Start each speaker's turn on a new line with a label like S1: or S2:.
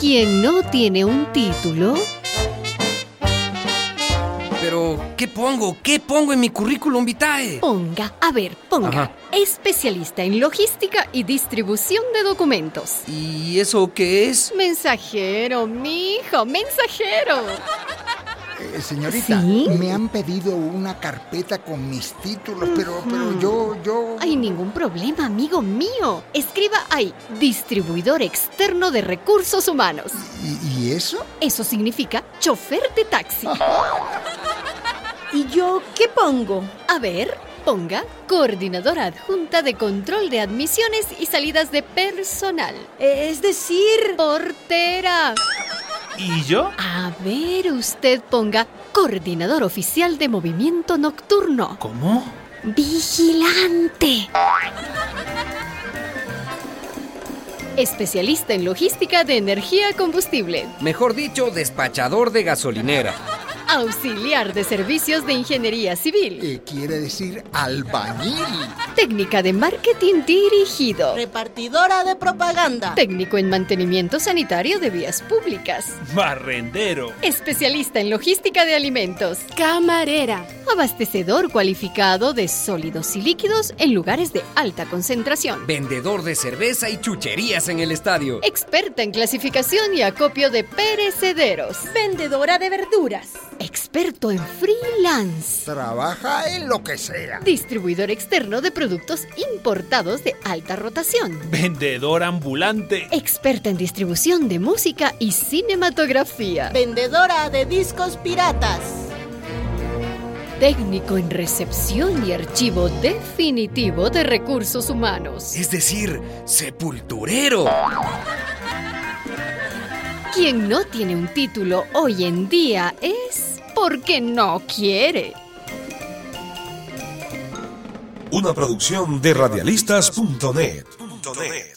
S1: quien no tiene un título,
S2: Pero, ¿qué pongo? ¿Qué pongo en mi currículum vitae?
S1: ponga, a ver, ponga,
S2: Ajá.
S1: especialista en logística y distribución de documentos.
S2: ¿Y eso qué es?
S1: Mensajero, mijo, mensajero.
S3: Eh, señorita,
S1: ¿Sí?
S3: me han pedido una carpeta con mis títulos, pero, pero yo, yo.
S1: Hay ningún problema, amigo mío. Escriba ahí, distribuidor externo de recursos humanos.
S3: ¿Y, y eso?
S1: Eso significa chofer de taxi.
S4: ¿Y yo qué pongo?
S1: A ver, ponga coordinadora adjunta de control de admisiones y salidas de personal.
S4: Eh, Es decir,
S1: Portera.
S5: ¿Y yo?
S1: A ver, usted ponga coordinador oficial de movimiento nocturno.
S5: ¿Cómo?
S1: Vigilante. Especialista en logística de energía combustible.
S2: Mejor dicho, despachador de gasolinera.
S1: Auxiliar de servicios de ingeniería civil.
S3: Eh, quiere decir albañil.
S1: Técnica de marketing dirigido.
S6: Repartidora de propaganda.
S1: Técnico en mantenimiento sanitario de vías públicas.
S5: Barrendero.
S1: Especialista en logística de alimentos.
S7: Camarera.
S1: Abastecedor cualificado de sólidos y líquidos en lugares de alta concentración.
S2: Vendedor de cerveza y chucherías en el estadio.
S1: Experta en clasificación y acopio de perecederos.
S4: vendedora de verduras.
S1: Experto en freelance.
S3: Trabaja en lo que sea.
S1: Distribuidor externo de productos importados de alta rotación.
S5: Vendedor ambulante.
S1: Experta en distribución de música y cinematografía.
S6: Vendedora de discos piratas.
S1: Técnico en recepción y archivo definitivo de recursos humanos.
S2: Es decir, sepulturero.
S1: Quien no tiene un título hoy en día es porque no quiere.
S8: Una producción de radialistas.net.